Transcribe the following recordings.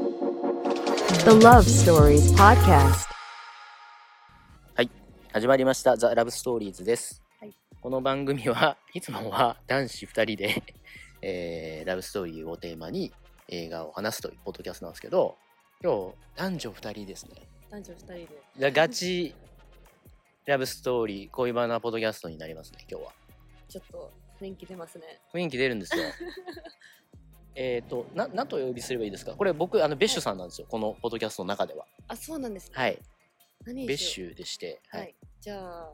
The Love Stories Podcast. 始まりました「ザ・ラブストーリーズです、はいこの番組は いつもは男子2人で、 えーラブストーリーをテーマに映画を話すというポッドキャストなんですけど今日男女2人ですね男女二人で。だガチラブストーリー恋バナポッドキャストになりますね今日はちょっと雰囲気出ますね。雰囲気出るん ですよえっとな何とお呼びすればいいですかこれ僕あのベッシュさんなんですよこのポッドキャストの中ではあ、そうなんですね。はい何ベッにしシよュでしてう。ははいい。じゃあ、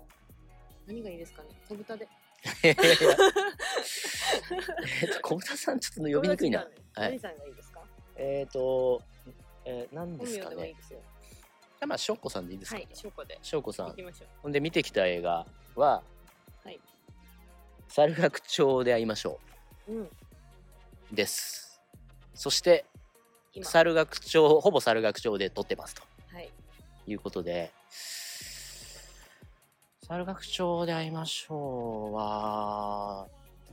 何がいいですかね。小豚で。 えっと小豚さんちょっと呼びにくいな小豚ですかね。はい何さんがいいですか。えっ、ー、と、えー、何で本す名かでもいいね。ですよ。まあ、しょうこさんでいいですか、はねい、証拠で。しょうこさ行んき。ましょう。ほんで、見てきた映画は、はい。猿楽町で会いましょうん。う。です。そして、今。猿楽町、ほぼ猿楽町で撮ってますとはい。いうことで、猿楽町で会いましょうは、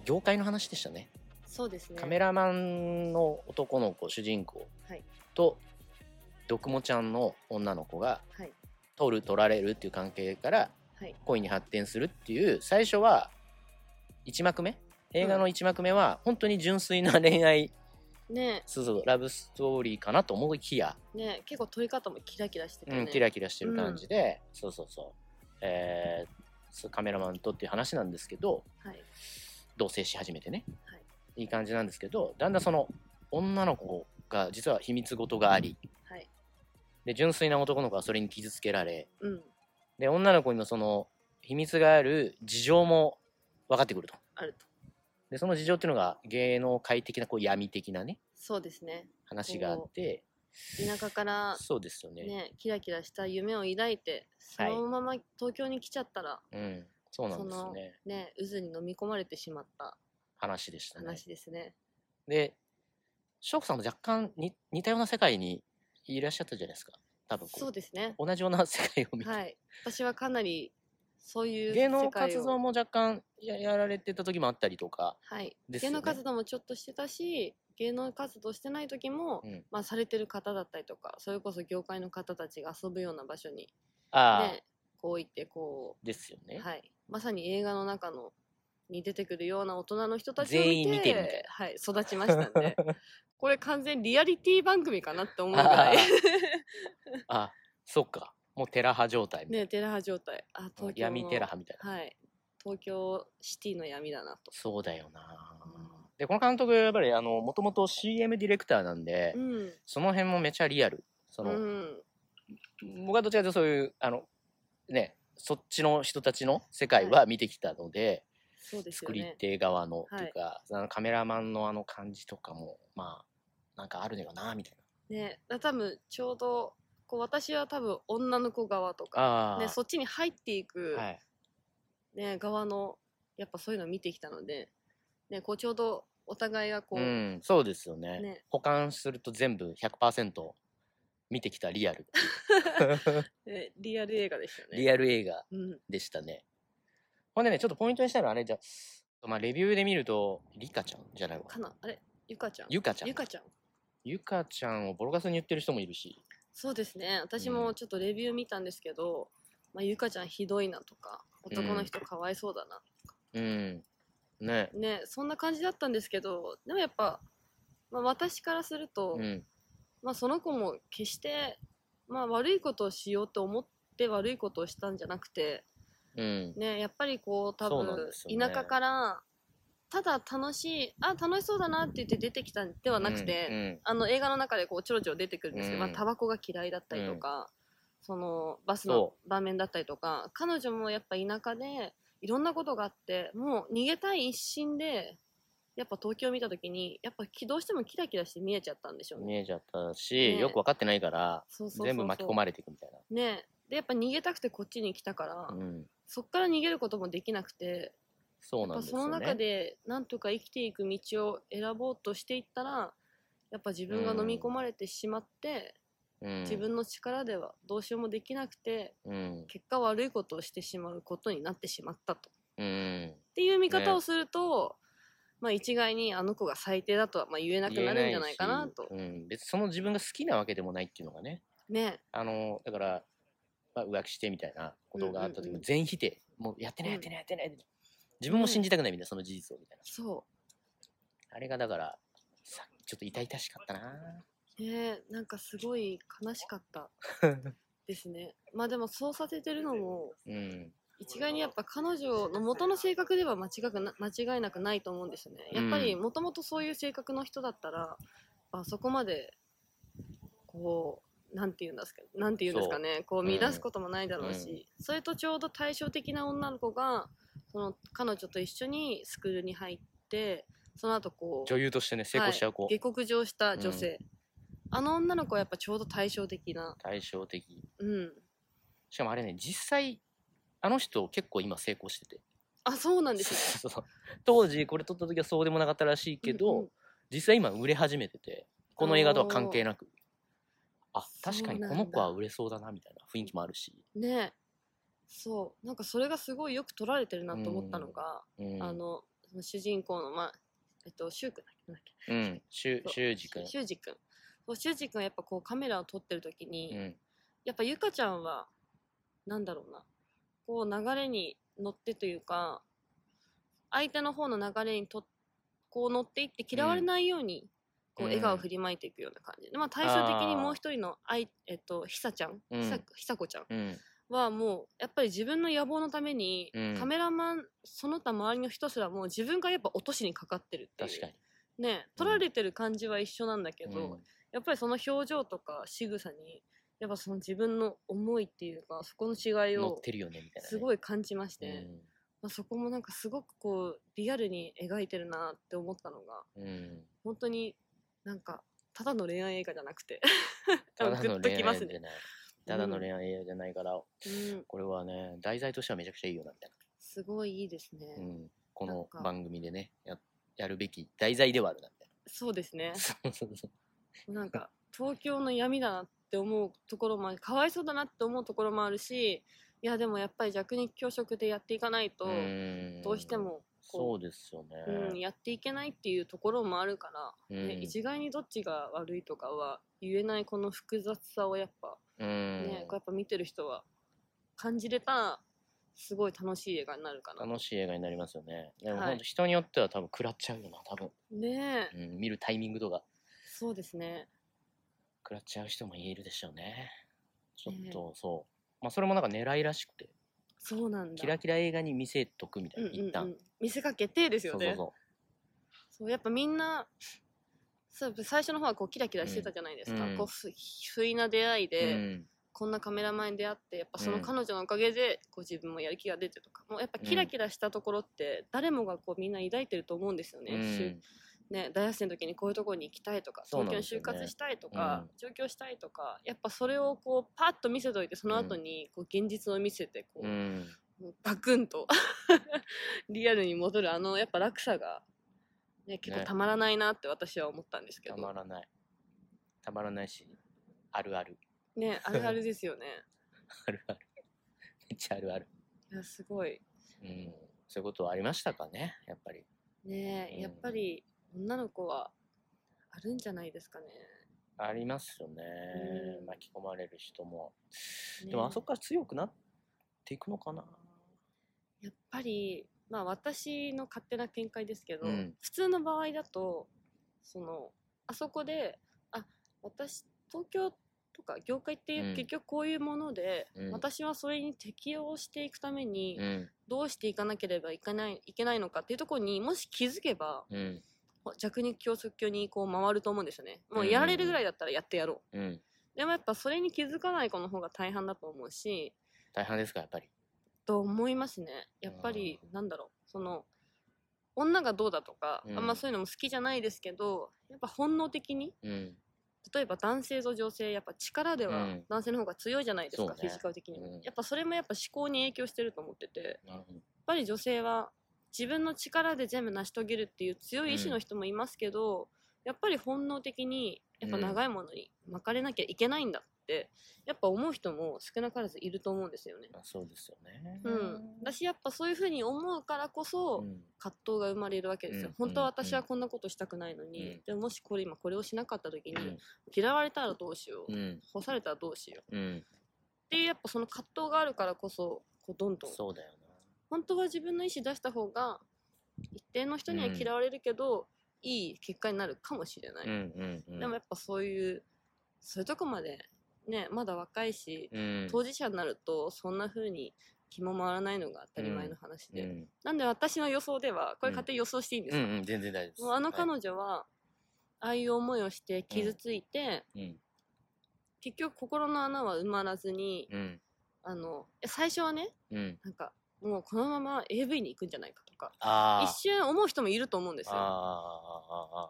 業界の話でしたね。そうですね。カメラマンの男の子、主人公はいと、ドクモちゃんの女の子が、はい。取る取られるっていう関係からはい。恋に発展するっていう最初は1幕目映画の1幕目は本当に純粋な恋愛、ねそうそうラブストーリーかなと思いきや、え、ねえ、結構撮り方もキラキラしてて、ね。うん、キラキラしてる感じで、そうそうそう、えーそうカメラマンとっていう話なんですけどはい。同棲し始めてね、、はいい感じなんですけどだんだんその女の子が実は秘密事がありはい。で純粋な男の子はそれに傷つけられうん。で女の子にもその秘密がある事情も分かってくると。あると。でその事情っていうのが芸能界的なこう闇的なねそうですね。話があって田舎からそうですよねね、キラキラした夢を抱いてそはいのまま東京に来ちゃったら、うんそうなんですよねね渦に飲み込まれてしまった話でしたね話ですね。で翔子さんも若干に似たような世界にいらっしゃったじゃないですか多分こうそうですね。同じような世界を見て、はい。私はかなりそういう芸能世界を活動も若干ややられてた時もあったりとかはい、です芸よね能活動もちょっとしてたし芸能活動してない時も、うんまあ、されてる方だったりとかそれこそ業界の方たちが遊ぶような場所に、ああ、ね、こう行ってこですよう、ね、はい、まさに映画の中のに出てくるような大人の人たちを見て全員見てるみたいなはい、育ちましたんでこれ完全リアリティ番組かなって思うぐあらいああそっかもうテラ派状態みたいねテラハ状態あな、東京の闇テラ派みたいなはい東京シティの闇だなとそうだよな、うんでこの監督やっぱりあのもともと CM ディレクターなんで、うんその辺もめちゃリアルその、うん僕はどちらかというとそういうあのねそっちの人たちの世界は見てきたので、そうですよ作りね手側の、っていうかあのカメラマンのあの感じとかもまあなんかあるのよなみたいねだ多分ちょうどこう私は多分女の子側となか、あね、そっちに入っていく、はい、ね、側のやっぱそういうのを見てきたので、ね、こうちょうどお互いがこうう、んそうですよねね保管すると全部100%見てきたリアルねリアル映画でしたよね。リアル映画うん、でしたね。ほんでね、ちょっとポイントにしたいのはあれじゃ、まあ、レビューで見ると、リカちゃんじゃないわ。かなあれゆかちゃんゆかちゃん。ゆかちゃんゆかちゃんをボロカスに言ってる人もいるし。そうですね私うもんちょっとレビュー見たんですけど、まあ、ゆかちゃんひどいなとか男の人かわいそうだな、うん。ね。ねそんな感じだったんですけどでもやっぱ、まあ、私からすると、うん。まあ、その子も決して、まあ、悪いことをしようと思って悪いことをしたんじゃなくて、うん。ね、やっぱりこう多そうなん分ですよね田舎からただ楽しいあ楽しそうだなって言って出てきたんではなくて、うんあの映画の中でこうちょろちょろ出てくるんですけど、うんまあ、タバコが嫌いだったりとか、そのバスのそ場面だったりとか彼女もやっぱ田舎でいろんなことがあってもう逃げたい一心でやっぱ東京を見た時にやっぱきどうしてもキラキラして見えちゃったんでしょう。うんね。見えちゃったし、ねよく分かってないから、そうそうそうそう全部巻き込まれていくみたいねでやっぱ逃げたくてこっちに来たから、な。うん。そっから逃げることもできなくてそうやなんっぱですそよね。の中でなんとか生きていく道を選ぼうとしていったらやっぱ自分が飲み込まれてしまって、うん、自分の力ではどうしようもできなくてうん。結果悪いことをしてしまうことになってしまったと。うん。っていう見方をすると、まあ、一概にあの子が最低だとはまあ言えなくなるんじゃないかなと言えないしうん、別にその自分が好きなわけでもないっていうのがねねあのだから、まあ、浮気してみたいなことがあった時うんうんうもん全否定もうやってなういんやってないやってない自分も信じたくないみたいなその事実をみたいなそあれがだからさちょっと痛々しかったなうねなんかすごい悲しかったですねまあでもそうさせてるのもうん一概にやっぱ彼女の元の性格では間違くな間違いなくないと思うんですよねやっぱりうもともとそういう性格の人だったら、あそこまでこうなんて言うんですかなんて言うんですかねこううん乱すこともないだろうし、それとちょうど対照的な女の子がその彼女と一緒にスクールに入ってその後こう女優としてね成功しちゃう子、下克上した女性、あの女の子はやっぱちょうど対照的な対照的うんしかもあれね実際あの人結構今成功してて あそうなんですよそう当時これ撮った時はそうでもなかったらしい けど、うんうん実際今売れ始めててこの映画とは関係なくあそう確かになんこだの子は売れそうだなみたいな雰囲気もあるし、ねえそうなんかそれがすごいよく撮られてるなと思ったのが、うん、あのその主人公のまあえっと柊君だっけなんだっけうん修そう修二君修二君そう修二君はやっぱこうカメラを撮ってる時に、うんやっぱゆかちゃんはなんだろうなこう流れに乗ってというか相手の方の流れにとこう乗っていって嫌われないように、こううん笑顔を振りまいていくような感じで、まあ、対照的にもう一人のあい、えっと、ひさちゃん、うんひさひさこちゃんうんはもうやっぱり自分の野望のために、うんカメラマンその他周りの人すらもう自分がやっぱ落としにかかってるっていう確かにね撮られてる感じは一緒なんだけど、うんやっぱりその表情とか仕草にやっぱその自分の思いっていうかそこの違い乗っをてるよねみたいなね、すごい感じまして、うまあ、そこもなんかすごくこうリアルに描いてるなって思ったのがん、うん、本当になんかただの恋愛映画じゃなくて ただグのッと恋きま愛すじねゃ。ないただの恋愛映画じゃないから、うん、これはね題材としてはめちゃくちゃいいよなみたいすごいいいですね、な、うん、こなんのか番組でねややるべき題材ではあるなみたいそうですねなそうそうそうなんか東京の闇だなって思うところもありかわいそうだなって思うところもあるしいやでもやっぱり弱肉強食でやっていかないとーんどうしてもそこうですよね、う、うん、やっていけないっていうところもあるから、ねうん一概にどっちが悪いとかは言えないこの複雑さをやっぱうんね、こうやっぱ見てる人は感じれたらすごい楽しい映画になるかな。楽しい映画になりますよねでもはい本当人によっては多分食らっちゃうよな多分、ねえうん、見るタイミングとかそうですね。食らっちゃう人もいるでしょうねちょっと、そうまあそれもなんか狙いらしくてそうなんだ。キラキラ映画に見せとくみたういんな、うんう一旦ん、見せかけてですよそうね。そうそそうやっぱみんなそう最初の方はこうキラキラしてたじゃないですか、うん、こうふ不意な出会いううで、ん、こんなカメラマンに出会ってやっぱそのうん彼女のおかげでこう自分もやる気が出てとかもうやっぱキラキラしたところって誰もがこうみんな抱いてると思うんですよね,うしゅ、んね大学生の時にこういうところに行きたいとかそう東な京にんです就よね活したいとか、上京したいとかやっぱそれをこうパッと見せといてその後にこう現実を見せてこう、うんバクンと リアルに戻るあのやっぱ落差が、ね、結構ねたまらないなって私は思ったんですけたど、まらないたまらないしあるある ねあるあるですよねあるあるめっちゃあるある、いやすごいうん、そういうことはありましたかねやっぱりねうんやっぱり女の子はあるんじゃないですかねありますよね、うん巻き込まれる人も、ねでもあそこから強くなっていくのかなやっぱりまあ私の勝手な見解ですけど、うん普通の場合だとそのあそこであ私東京とか業界ってうん結局こういうもので、うん私はそれに適応していくために、うんどうしていかなければいけないいけないのかっていうところにもし気づけばうん弱肉強食教にこう回ると思うんですよねもううんやられるぐらいだったらやってやろう、うんでもやっぱそれに気づかない子の方が大半だと思うし大半ですかやっぱりと思いますねやっぱりうなんだろうその女がどうだとか、うんあんまそういうのも好きじゃないですけどやっぱ本能的にうん例えば男性と女性やっぱ力でうはん男性の方が強いじゃないですか、そうねフィジカル的にも、うんやっぱそれもやっぱ思考に影響してると思ってて、なるほどやっぱり女性は自分の力で全部成し遂げるっていう強い意志の人もいますけど、やっぱり本能的にやっぱ長いものに巻かれなきゃいけないんだっってやっぱ思う人も少なからずいると思うんですよね。あそうですよね。うん、だしやっぱそういうふうに思うからこそ、うん葛藤が生まれるわけですよ、うん本当は私はこんなことしたくないのに、うんでももしこれ今これをしなかった時に、うん嫌われたらどうしよう、うん干されたらどうしよううん、っていうやっぱその葛藤があるからこそこうどんどんそうだよ本当は自分の意思出した方が一定の人にはうん嫌われるけど、いい結果になるかもしれない、な。うんうんうん、でもやっぱそういうそういうとこまでねまだ若いし、うん、当事者になるとそんな風に気も回らないのが当たり前の話で、うんなんで私の予想ではこれ勝手に予想していいんですうか、んうん、全然大丈夫です。もうあの彼は女はああいう思いをして傷ついて、いうん結局心の穴は埋まらずに、うんあのえ最初はねうん、なんかもうこのまま AV に行くんじゃないかとかああ一瞬思う人もいると思うんですああよ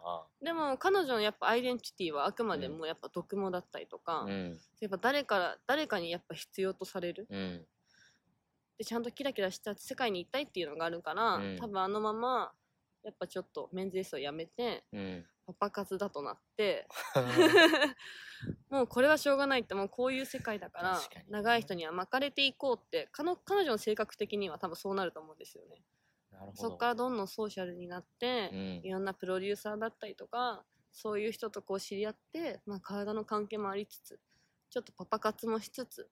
あでも彼女のやっぱアイデンティティはあくまでうんもやっぱ毒もだったりとああか、ああうんやっぱ誰から誰かにやっぱ必要とされるうんでちゃんとキラキラした世界に行きたいっていうのがあるから、うん多分あのままやっぱちょっとメンズエステをやめて うんパパ活だとなってもうこれはしょうがないってもうこういう世界だから確かに長い人には巻かれていこうって彼女彼女の性格的には多分そうなると思うんですよね。なるほどそこからどんどんソーシャルになって、うんいろんなプロデューサーだったりとかそういう人とこう知り合って、まあ、体の関係もありつつちょっとパパ活もしつつ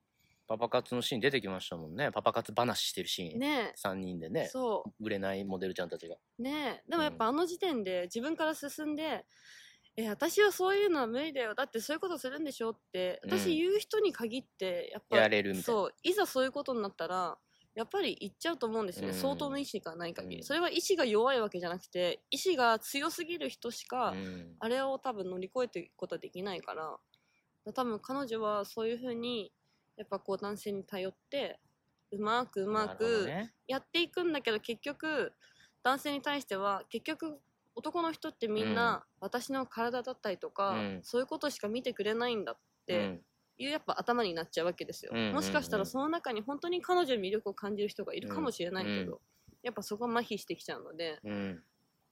パパ活のシーン出てきましたもんね。パパ活話してるシーン。ね3人でえね。そ売れないモデルちゃんたちが。うねえでもやっぱあの時点で自分から進んで「え私はそういうのは無理だよだってそういうことするんでしょ」ってうん私言う人に限ってやっぱやれるみたいなそういざそういうことになったらやっぱり行っちゃうと思うんですよね、うん相当の意志がない限り、うんそれは意志が弱いわけじゃなくて意志が強すぎる人しか、うんあれを多分乗り越えていくことはできないから多分彼女はそういうふうにやっぱこう男性に頼ってうまくうまなるほどくねやっていくんだけど結局男性に対しては結局男の人ってみんな私の体だったりとか、うんそういうことしか見てくれないんだっうてんいうやっぱ頭になっちゃうわけですよ、うんうんうんもしかしたらその中に本当に彼女の魅力を感じる人がいるかもしれないけど、うんうやっぱそこは麻痺してきちゃうので、うん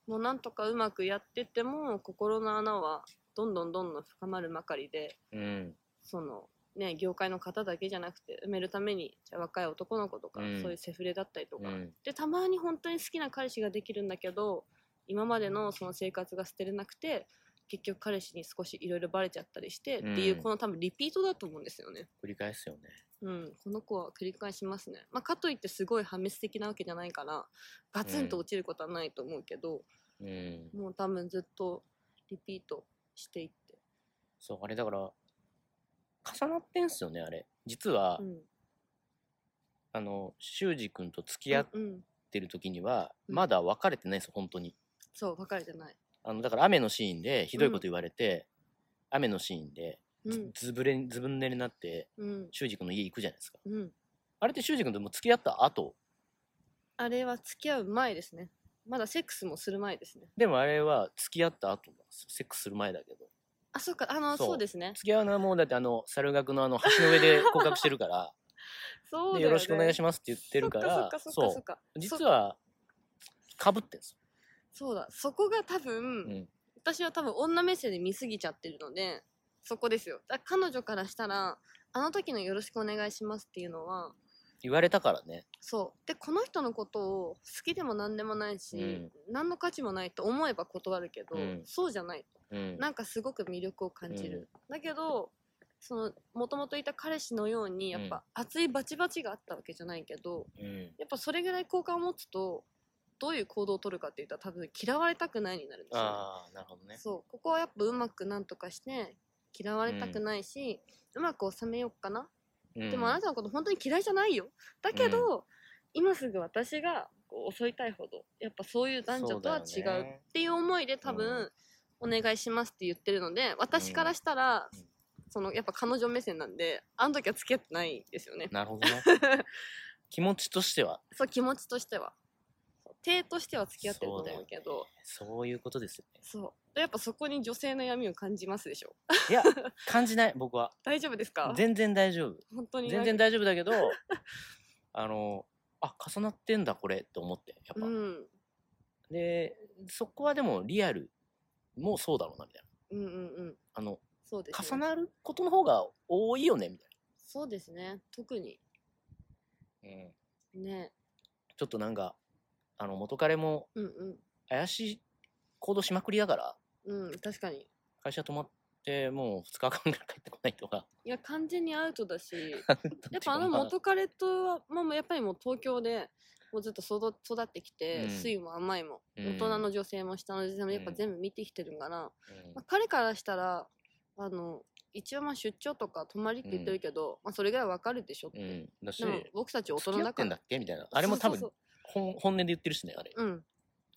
もうなんとかうまくやってても心の穴はどんどんどんどん深まるばかりでうんそのね業界の方だけじゃなくて埋めるためにじゃあ若い男の子とか、うんそういうセフレだったりとうか、んでたまに本当に好きな彼氏ができるんだけど今までのその生活が捨てれなくて結局彼氏に少しいろいろバレちゃったりして、うんっていうこの多分リピートだと思うんですよね。繰り返すよね。うん、この子は繰り返しますね、まあ、かといってすごい破滅的なわけじゃないからガツンと落ちることはないと思うけど、うん。もう多分ずっとリピートしていって。そう、あれだから、重なってんすよね、あれ。実は、うん。あの、修二君と付き合っうんうん。てる時には、うんまだ別れてないんですよ、本当に。そう、別れてない。あの、だから雨のシーンで、ひどいこと言われて、雨のシーンで、うずん。ずぶれん、ずぶ濡れになって、うん。修二君の家行くじゃないですか。うん。あれって修二君ともう付き合った後、あれは付き合う前ですね。まだセックスもする前ですね。でもあれは付き合った後なんですよ。セックスする前だけど。あ、そうか、あの、そそううですね。付き合うのはもうだってあの、猿楽のあの、橋の上で告白してるから、 そうだね。でよろしくお願いましますって言ってるから、そっかそっかそっかそっか。実そ。は、かぶってんすそうだ。そこが多分、よ。うん。私は多分女目線で見すぎちゃってるので、そこですよ。だ彼女からしたら、あの時のよろしくお願いしますっていうのは、言われたからね。そうでこの人のことを好きでも何でもないし、うん何の価値もないと思えば断るけど、うんそうじゃないうん。なんかすごく魅力を感じる、だけどそのもともといた彼氏のようにやっうんぱ熱いバチバチがあったわけじゃないけどうん。やっぱそれぐらい好感を持つとどういう行動を取るかっていったら多分嫌われたくないになるんですよね、ああ、なるほどね。そうここはやっぱうまくなんとかして嫌われたくないし、うまく収めようかなうんでもあなたのこと本当に嫌いじゃないよ。だけど、今すぐ私がこう襲いたいほど、やっぱそういう男女とは違そうだようねっていう思いで多分、お願いしますって言ってるので、私からしたら、うんそのやっぱ彼女目線なんで、あの時は付き合ってないですよね。なるほど ね。気持ちとしては、そう気持ちとしては。そう手としては付き合ってると思うけど、そういうことですよね。そう,、でやっぱそこに女性の闇を感じますでしょ。いや、感じない、僕は。大丈夫ですか全然大丈夫。本当に全然大丈夫だけど、 あの、あ、重なってんだ、これって思って、やっぱ。うん。で、そこはでもリアルもそうだろうな、みたいな。うんうんうん。あの、そうですね重なることの方が多いよねみたいそうですね特にな、ねちょっとなんかあの元彼もうんうん怪しい行動しまくりだからうん確かに会社泊まってもう2日間ぐらい帰ってこないと かいや完全にアウトだ しやっやっぱあの元彼とは、まあ、もうやっぱりもう東京でもうずっと育育ってきて、うん酸いも甘いも、うん大人の女性も下の女性もやっぱうん全部見てきてるから、まあ、彼からしたらあの一応まあ出張とか泊まりって言ってるけど、まあ、それぐらいわかるでしょって、うん、うん、だしでも僕たち大付人き合だってかんだらっけみたいなあれも多分そう本本音で言ってるしねあれ、そうそううん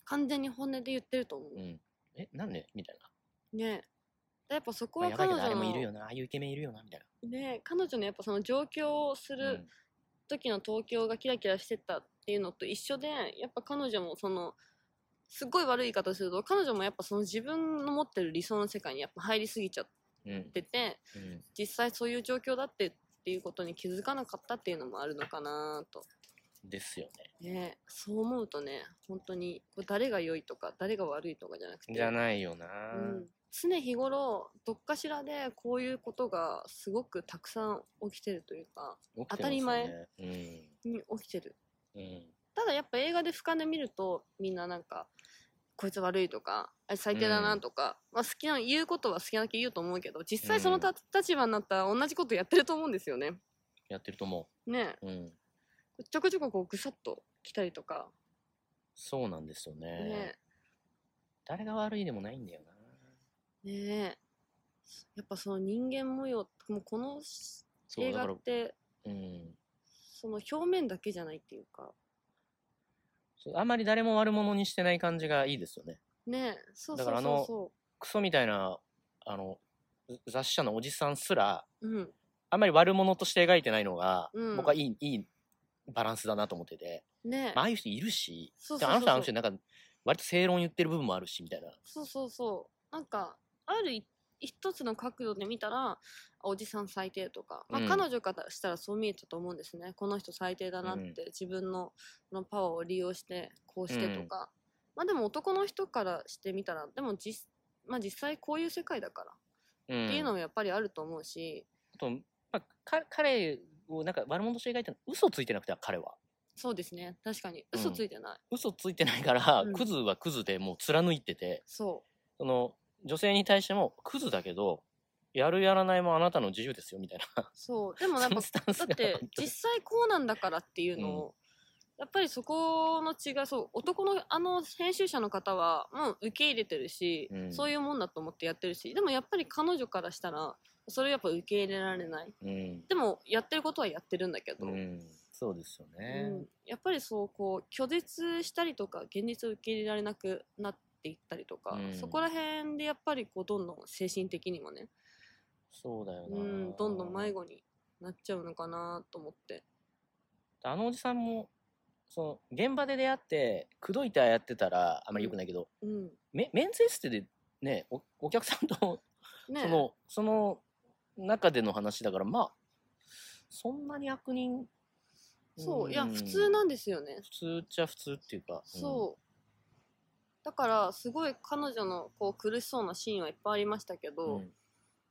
完全に本音で言ってると思うう、ん、えなんでみたいなねでやっぱそこまはあやばい彼け女どあれもいるのよなああいうイケメンいるよなみたいね彼女のやっぱその上京をすな、る時の東京がキラキラしてたっていうのと一緒でやっぱ彼女もそのすっごい悪い言い方すると彼女もやっぱその自分の持ってる理想の世界にやっぱ入りすぎちゃっうんうんててうん実際そういう状況だってっていうことに気づかなかったっていうのもあるのかなと、ですよね、そう思うとね本当にこれ誰が良いとか誰が悪いとかじゃなくてねじゃないよな、うん、常日頃どっかしらでこういうことがすごくたくさん起きてるというか起きてますよね当たり前うんに起きてるうんただやっぱ映画で俯瞰で見るとみんななんかこいつ悪いとかあいつ最低だなとか、まあ、好きな言うことは好きなだけ言うと思うけど実際そのた、立場になったら同じことやってると思うんですよね。やってると思ねう、うん、えちょこちょここうぐさっと来たりとか、そうなんですよねね誰が悪いでもないんだよなえねえやっぱその人間模様もうこのそう映だ画からってうんその表面だけじゃないっていうかそうあんまり誰も悪者にしてない感じがいいですよねねえそうそだうからあそのうそクソみたいなあのざ雑誌社のおじさんすらううんあんまり悪者として描いてないのが、うん僕はいいいいバランスだなと思ってて、ねえまあ、ああいう人いるしそうでそうあのそう人はあそうの人でなんか割と正論言ってる部分もあるしみたいなそうそうそうなんかあるい一つの角度で見たらあおじさん最低とか、まあうん彼女からしたらそう見えたと思うんですねこの人最低だなって、うん自分のこのパワーを利用してこうしてとか、まあでも男の人からしてみたらでも実,、まあ、実際こういう世界だから、うんっていうのもやっぱりあると思うしあと、まあ、か彼をなんか悪者として描いてるの嘘ついてなくて彼はそうですね確かにうん嘘ついてない、嘘ついてないから、うんクズはクズでもう貫いててそその女性に対してもクズだけどやるやらないもあなたの自由ですよみたいなうそうでもやそっぱのスタ ンスだっがて実際こうなんだからっていうのを、やっぱりそこの違いそう男のあの編集者の方はもう受け入れてるし、うんそういうもんだと思ってやってるしでもやっぱり彼女からしたらそれやっぱ受け入れられないうん、でもやってることはやってるんだけど、うん、そうですよね、うんやっぱりそうこう拒絶したりとか現実を受け入れられなくなっていったりとか、うんそこら辺でやっぱりこうどんどん精神的にもね、そうだよな、うん、どんどん迷子になっちゃうのかなと思って。あのおじさんもその現場で出会って口説いてやってたらあんまりよくないけど、うんめメンズエステでねおお客さんとねえその、その中での話だからまあそんなに悪人そういやん普通なんですよね、普通っちゃ普通っていうか、そうだからすごい彼女のこう苦しそうなシーンはいっぱいありましたけうん、ど、うん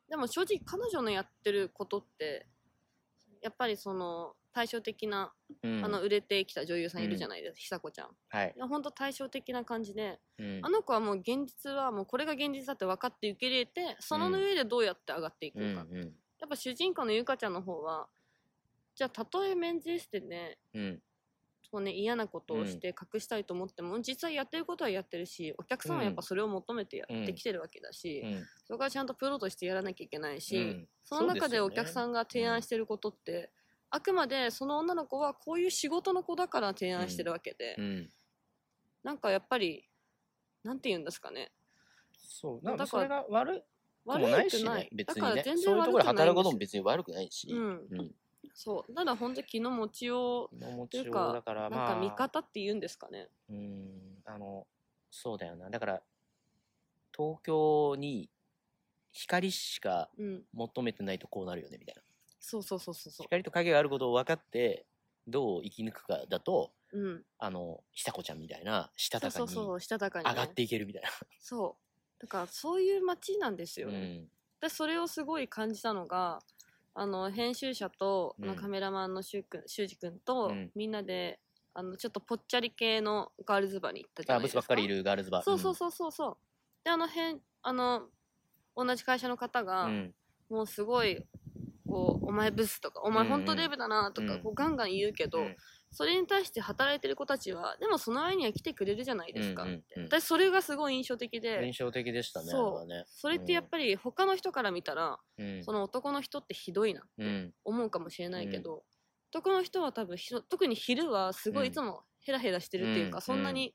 でも正直彼女のやってることってやっぱりその対照的な、うんあの売れてきた女優さんいるじゃないですか、久子ちゃんはいい、やほんと対照的な感じで、うんあの子はもう現実はもうこれが現実だって分かって受け入れてその上でどうやって上がっていくうのんか、やっぱ主人公のゆかちゃんの方はじゃあたとえメンズエステで、うんうんそうね、嫌なことをして隠したいと思っても、実際やってることはやってるしお客さんはやっぱそれを求めてやってきてるわけだし、うんそこはちゃんとプロとしてやらなきゃいけないし、うんその中でそおうですよね客さんが提案してることって、あくまでその女の子はこういう仕事の子だから提案してるわけで、うんなんかやっぱりなんて言うんですかねそうなんかだかそられが悪いく悪もないくしないね別だにからね全そう然いうと悪くころないんですでよ働くことも別に悪くないし、うんうんそうただ本当気の持ちよの持といちうよかうだからうまなあんか見方って言うんですかね、うんあのそうだよなだから東京に光しかうん求めてないとこうなるよねみたいなそうそうそうそうそ光と影があることを分かってどう生き抜くかだとううんあの久子ちゃんみたいなしたそたうかそにうそう上したたかに、ね、がっていけるみたいなそうだからそういう街なんですようね、ん私それをすごい感じたのがあの編集者と、うんあのカメラマンのしゅうくん修二君と、うんみんなであのちょっとぽっちゃり系のガールズバーに行ったじゃあないブですスかばっかりいるガールズバーそうそうそうそうそうであの辺あの同じ会社の方うが、んうんもうすごいこう「お前ブス」とか「お前うんう本ん当デブだな」とか、うんこうガンガン言うけど、うんそれに対して働いてる子たちはでもその会には来てくれるじゃないですか、うんうんうん私それがすごい印象的で印象的でしたねそうあれはねそれってやっぱり他の人から見たら、うんその男の人ってひどいなってうん思うかもしれないけど、男の人は多分ひど特に昼はすごういいんつもヘラヘラしてるっていうか、うんそんなに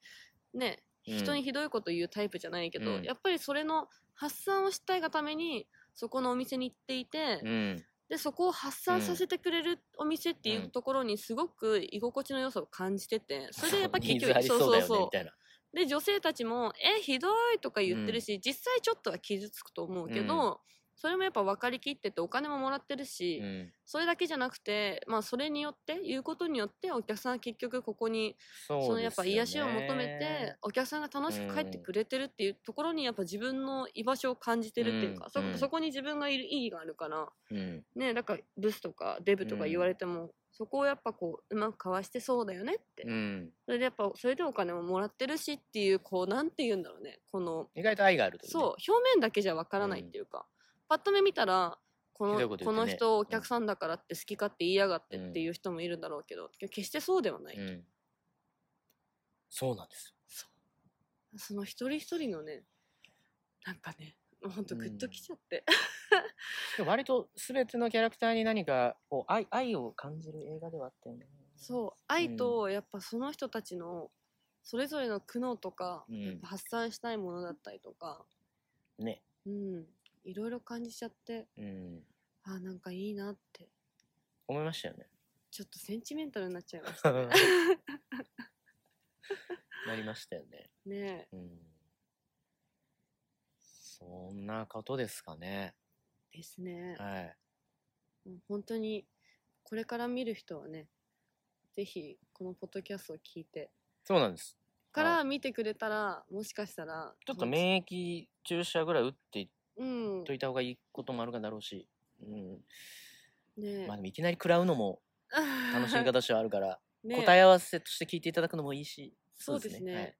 ね、うん人にひどいこと言うタイプじゃないけど、うんやっぱりそれの発散をしたいがためにそこのお店に行っていて、うんでそこを発散させてくれるお店っていうところにすごく居心地の良さを感じててそれでやっぱ結 ニー局ズありそうだよねみうたいなで女性たちも「えひどい」とか言ってるし、実際ちょっとは傷つくと思うけど、うそれもやっぱ分かりきっててお金ももらってるし、うんそれだけじゃなくて、まあ、それによって言うことによってお客さんは結局ここにそうでそすよのねやっぱ癒しを求めてお客さんが楽しく帰ってくれてるっていうところにやっぱ自分の居場所を感じてるっていうか、うんうんそそこに自分がいる意義があるから。うんねだからブスとかデブとか言われても、そこをやっぱこううまくかわしてそうだよねって、うんそれでやっぱそれでお金ももらってるしっていうこうなんて言うんだろうねこの意外と愛があるというねそう表面だけじゃわからないっていうか、パッと目見たらこのひどいここと言ってねの人お客さんだからって好き勝手言いやがってっていう人もいるんだろうけど、決してそうではない、うん、そうなんですよその一人一人のねなんかねもうほんとグッときちゃって、でも割と全てのキャラクターに何かこう愛愛を感じる映画ではあったよね そう愛とやっぱその人たちのそれぞれの苦悩とか、うんやっぱ発散したいものだったりとか、ねうん、いろいろ感じちゃってうんあなんかいいなって思いまし たよねちょっとセンチメンタルになっちゃいましたなりましたよねねうんそんなことですかねえですね、はいもう本当にこれから見る人はねぜひこのポッドキャストを聞いてそうなんですから見てくれたらもしかしたらちょっと免疫注射ぐらい打っていっうんといた方がいいこともあるかだろうし、うんねまあ、でもいきなり食らうのも 楽しみ方としてはあるから、ね答え合わせとして聞いていただくのもいいしそうですね。はい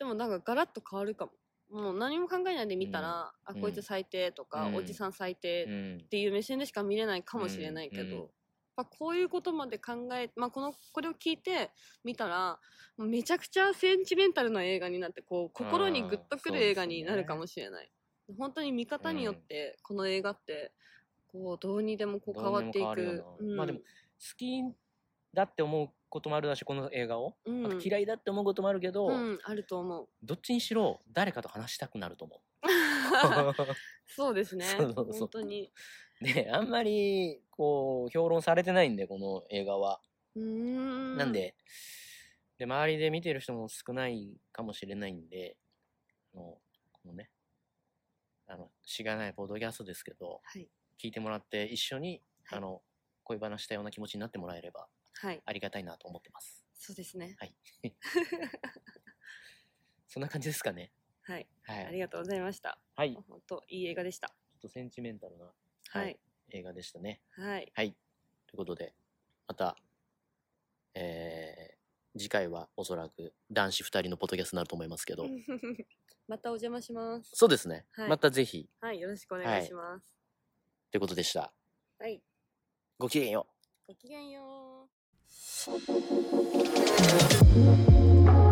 でもなんかガラッと変わるかも。もう何も考えないで見たら、んあこいつ最低とか、うんおじさん最低うっんていう目線でしか見れないかもしれないけど、うんうんまあ、こういうことまで考え、まあ、このこれを聞いて見たらもうめちゃくちゃセンチメンタルな映画になってこう心にグッとくあーる映画になるかもしれない。本当に見方によってこの映画ってこうどうにでもこう変わっていどうにでも変わくるよ。うなんまあでも好きだって思うこともあるだしこの映画を、うんあと嫌いだって思うこともあるけど、うん、あると 思う。どっちにしろ誰かと話したくなると思 うそうですね。そうそうそう本当に。であんまりこう評論されてないんでこの映画は、うーんなんでで周りで見てる人も少ないかもしれないんであのこのねあのしがないボードキャストですけどはい。聞いてもらって一緒に、はいあの恋バナしたような気持ちになってもらえればはい。ありがたいなと思ってますそうですね。そんな感じですかねはい。はあいりがとうございました。はい、ちょ本当いい映画でした。っとセンチメンタルなはい。映画でしたね。はい。はい。ということで、また、えー、次回はおそらく男子2人のポッドキャストになると思いますけど、 またお邪魔します。そうですね。はいまたぜひ、はい。よろしくお願いします。ということでした。はい。ごきげんよう。ごきげんよう。